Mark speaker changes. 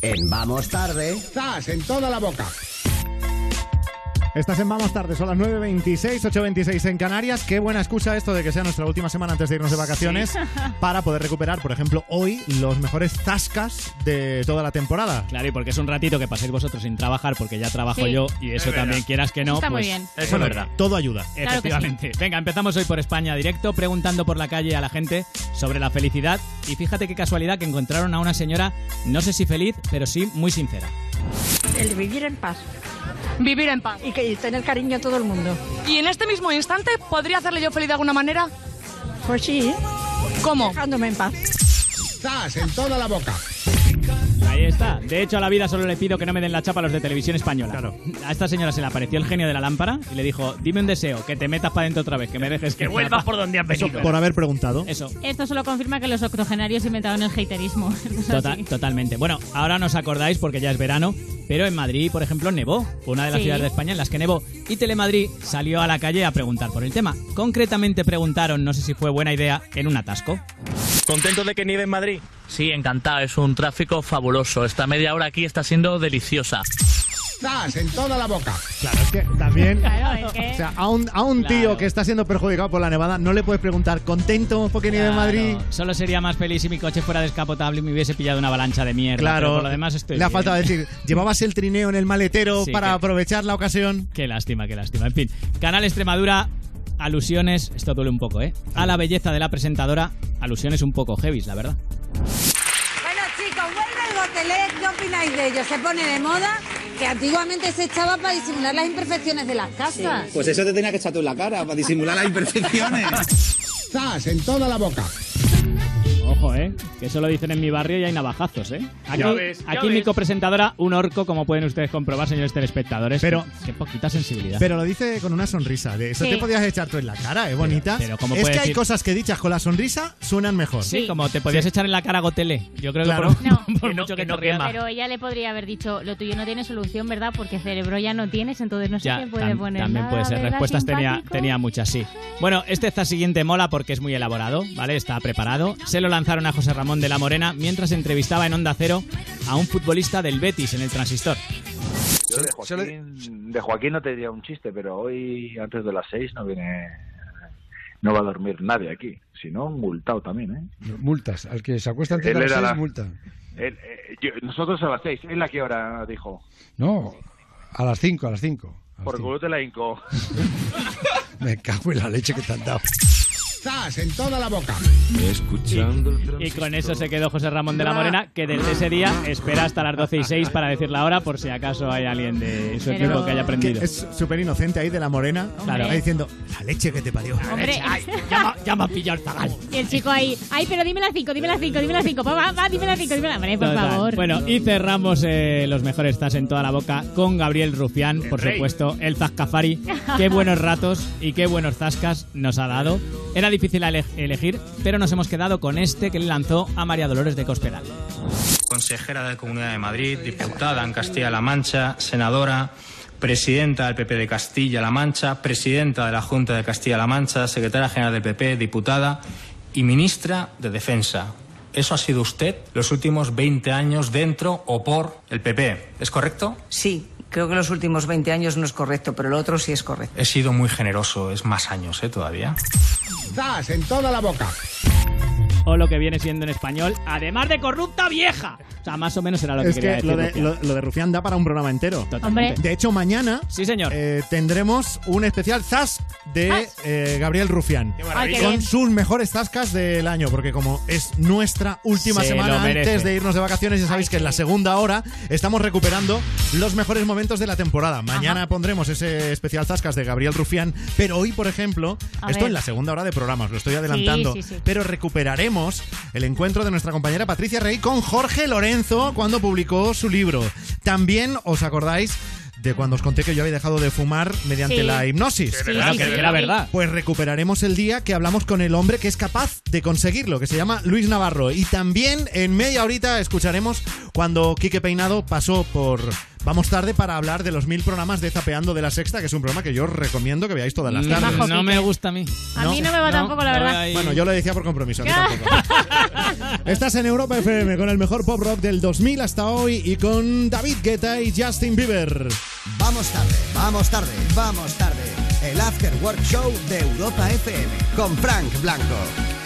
Speaker 1: En Vamos Tarde.
Speaker 2: ¡Estás en toda la boca!
Speaker 3: Estás en Vamos Tarde, son las 9.26, 8.26 en Canarias. Qué buena excusa esto de que sea nuestra última semana antes de irnos de vacaciones para poder recuperar, por ejemplo, hoy los mejores tascas de toda la temporada.
Speaker 4: Claro, y porque es un ratito que paséis vosotros sin trabajar, porque ya trabajo
Speaker 5: Sí.
Speaker 4: yo, y eso
Speaker 5: Es
Speaker 4: también
Speaker 5: verdad.
Speaker 4: quieras que no.
Speaker 5: Está muy
Speaker 4: pues,
Speaker 5: bien.
Speaker 4: Eso
Speaker 3: Bueno,
Speaker 4: es verdad.
Speaker 3: Todo ayuda.
Speaker 5: Claro que sí.
Speaker 4: Efectivamente. Venga, empezamos hoy por España directo, preguntando por la calle a la gente sobre la felicidad. Y fíjate qué casualidad que encontraron a una señora, no sé si feliz, pero sí muy sincera.
Speaker 6: El vivir en paz
Speaker 5: Vivir en paz.
Speaker 6: y que y tener cariño a todo el mundo.
Speaker 5: Y en este mismo instante, ¿podría hacerle yo feliz de alguna manera?
Speaker 6: Pues sí,
Speaker 5: ¿Cómo?
Speaker 6: dejándome en paz.
Speaker 2: ¡Estás en toda la boca!
Speaker 4: Ahí está. De hecho, a la vida solo le pido que no me den la chapa a los de televisión española.
Speaker 3: Claro.
Speaker 4: A esta señora se le apareció el genio de la lámpara y le dijo: Dime un deseo, que te metas para adentro otra vez, que me dejes que vuelvas por donde has venido.
Speaker 3: Por haber preguntado.
Speaker 4: Eso.
Speaker 7: Esto solo confirma que los octogenarios inventaron el haterismo. Esto es
Speaker 4: Tota-
Speaker 7: así.
Speaker 4: totalmente. Bueno, ahora nos acordáis porque ya es verano, pero en Madrid, por ejemplo, nevó. Fue una de las
Speaker 7: Sí.
Speaker 4: ciudades de España en las que nevó. Y Telemadrid salió a la calle a preguntar por el tema. Concretamente preguntaron, no sé si fue buena idea, en un atasco.
Speaker 8: ¿Contento de que nieve en Madrid?
Speaker 9: Sí, encantado, es un tráfico fabuloso. Esta media hora aquí está siendo deliciosa.
Speaker 2: ¡Estás en toda la boca!
Speaker 3: Claro, es que también.
Speaker 7: Claro, es que-
Speaker 3: O sea, a un, a un
Speaker 4: Claro.
Speaker 3: tío que está siendo perjudicado por la nevada no le puedes preguntar contento porque nieve en Madrid.
Speaker 4: Claro, Solo sería más feliz si mi coche fuera descapotable y me hubiese pillado una avalancha de mierda. pero
Speaker 3: Claro,
Speaker 4: por lo demás estoy.
Speaker 3: le ha
Speaker 4: bien.
Speaker 3: faltado decir, llevabas el trineo en el maletero
Speaker 4: Sí,
Speaker 3: para
Speaker 4: que-
Speaker 3: aprovechar la ocasión.
Speaker 4: Qué lástima, qué lástima. En fin, Canal Extremadura, alusiones, esto duele un poco, ¿eh? A la belleza de la presentadora, alusiones un poco heavy, la verdad.
Speaker 10: Bueno, chicos, vuelve el gotelé. ¿Qué opináis de ello? Se pone de moda que antiguamente se echaba para disimular las imperfecciones de las
Speaker 5: Ah.
Speaker 10: casas.
Speaker 11: Pues eso te tenía que echar tú en la cara para disimular las imperfecciones.
Speaker 2: ¡Estás en toda la boca!
Speaker 4: Ojo, eh, que eso lo dicen en mi barrio y hay navajazos, eh. Aquí,
Speaker 8: Ya ves, ya
Speaker 4: aquí
Speaker 8: ves.
Speaker 4: mi copresentadora, un orco, como pueden ustedes comprobar, señores telespectadores.
Speaker 3: Pero-
Speaker 4: qué poquita sensibilidad.
Speaker 3: Pero lo dice con una sonrisa. De eso
Speaker 7: Sí.
Speaker 3: te podías echar tú en la cara, ¿eh? Bonita.
Speaker 4: pero ¿cómo
Speaker 3: es que
Speaker 4: puedes
Speaker 3: hay
Speaker 4: ir-
Speaker 3: cosas que dichas con la sonrisa suenan mejor.
Speaker 4: sí, como te podías echar en la cara Gotele. Yo creo
Speaker 3: Claro.
Speaker 4: que por,
Speaker 7: No.
Speaker 4: por
Speaker 8: Que no-
Speaker 4: mucho que,
Speaker 8: que no
Speaker 4: te rías-
Speaker 8: quema.
Speaker 7: Pero ella le podría haber dicho, lo tuyo no tiene solución, ¿verdad? Porque cerebro ya no tienes, entonces no sé
Speaker 4: Ya,
Speaker 7: qué puede
Speaker 4: tam-
Speaker 7: poner.
Speaker 4: también
Speaker 7: nada,
Speaker 4: puede ser.
Speaker 7: ¿verdad,
Speaker 4: Respuestas tenía,
Speaker 7: simpático?
Speaker 4: tenía muchas, sí. Bueno, este está siguiente mola porque es muy elaborado, ¿vale? Está preparado. Se lo lanzaron a José Ramón de la Morena mientras entrevistaba en Onda Cero a un futbolista del Betis en el transistor.
Speaker 11: de, Joaquín, de Joaquín no te diría un chiste, pero hoy antes de las seis no viene, no va a dormir nadie aquí, sino multado también, ¿eh?
Speaker 2: Multas. Al que se acuesta antes
Speaker 11: Él
Speaker 2: de las
Speaker 11: era
Speaker 2: seis,
Speaker 11: la-
Speaker 2: multa.
Speaker 11: Él, eh, yo- nosotros a las seis, ¿él a qué hora dijo?
Speaker 2: No, a las cinco, a las cinco. a las
Speaker 11: Por
Speaker 2: cinco.
Speaker 11: culo te la hinco.
Speaker 2: Me cago en la leche que te han dado. ¡Estás en toda la boca!
Speaker 4: Y con eso se quedó José Ramón de la Morena, que desde ese día espera hasta las 12 y 6 para decir la hora, por si acaso hay alguien de su
Speaker 7: Pero-
Speaker 4: equipo que haya
Speaker 3: Que
Speaker 4: aprendido.
Speaker 3: es súper inocente ahí de la morena.
Speaker 4: Claro.
Speaker 3: Ahí diciendo, la leche que te parió.
Speaker 7: Hombre,
Speaker 4: ya, me, ha pillado el zagal.
Speaker 7: y el chico ahí, ay, pero dime las 5, dime las 5, dime las 5, va, va, dime las 5, dime las Hombre, por favor.
Speaker 4: Bueno, y cerramos eh, los mejores tas en toda la boca con Gabriel Rufián, por supuesto, el Zascafari. Qué buenos ratos y qué buenos zascas nos ha dado. Era difícil ele- elegir, pero nos hemos quedado con este que le lanzó a María Dolores de Cospedal.
Speaker 8: Consejera de la Comunidad de Madrid, diputada en Castilla-La Mancha, senadora, presidenta del PP de Castilla-La Mancha, presidenta de la Junta de Castilla-La Mancha, secretaria general del PP, diputada y ministra de Defensa. Eso ha sido usted los últimos 20 años dentro o por el PP. ¿Es correcto?
Speaker 10: Sí, creo que los últimos 20 años no es correcto, pero lo otro sí es correcto.
Speaker 8: He sido muy generoso, es más años, ¿eh? Todavía.
Speaker 2: ¡Estás en toda la boca!
Speaker 4: O lo que viene siendo en español, además de corrupta vieja. O sea, más o menos era lo que
Speaker 3: es
Speaker 4: quería
Speaker 3: que lo
Speaker 4: decir
Speaker 3: de,
Speaker 4: Rufián.
Speaker 3: lo, lo de Rufián da para un programa entero.
Speaker 4: Totalmente.
Speaker 3: De hecho, mañana
Speaker 4: Sí, señor.
Speaker 3: eh, tendremos un especial Zas de eh, Gabriel Rufián.
Speaker 7: maravilla. Ay, qué
Speaker 3: Con
Speaker 7: bien.
Speaker 3: sus mejores tascas del año, porque como es nuestra última
Speaker 4: Se lo
Speaker 3: semana
Speaker 4: merece.
Speaker 3: antes de irnos de vacaciones, ya sabéis que en la segunda hora estamos recuperando los mejores momentos de la temporada. Mañana pondremos ese especial Zascas de Gabriel Rufián, pero hoy, por ejemplo,
Speaker 7: A
Speaker 3: esto
Speaker 7: ver.
Speaker 3: en la segunda hora de programas, lo estoy adelantando,
Speaker 7: sí, sí.
Speaker 3: pero recuperaremos el encuentro de nuestra compañera Patricia Rey con Jorge Lorenzo cuando publicó su libro. También os acordáis de cuando os conté que yo había dejado de fumar mediante
Speaker 7: Sí.
Speaker 3: la hipnosis.
Speaker 7: Sí,
Speaker 4: Claro,
Speaker 7: sí,
Speaker 4: que
Speaker 7: sí,
Speaker 4: era
Speaker 7: sí.
Speaker 4: verdad.
Speaker 3: Pues recuperaremos el día que hablamos con el hombre que es capaz de conseguirlo, que se llama Luis Navarro. Y también en media horita escucharemos cuando Quique Peinado pasó por Vamos tarde para hablar de los mil programas de Zapeando de la Sexta, que es un programa que yo recomiendo que veáis todas las
Speaker 4: No,
Speaker 3: tardes.
Speaker 4: no me gusta a mí.
Speaker 7: A mí no me va tampoco, la verdad.
Speaker 3: Bueno, yo lo decía por compromiso. a ti tampoco. Estás en Europa FM con el mejor pop rock del 2000 hasta hoy y con David Guetta y Justin Bieber.
Speaker 2: Vamos tarde, vamos tarde, vamos tarde. El After Work Show de Europa FM con Frank Blanco.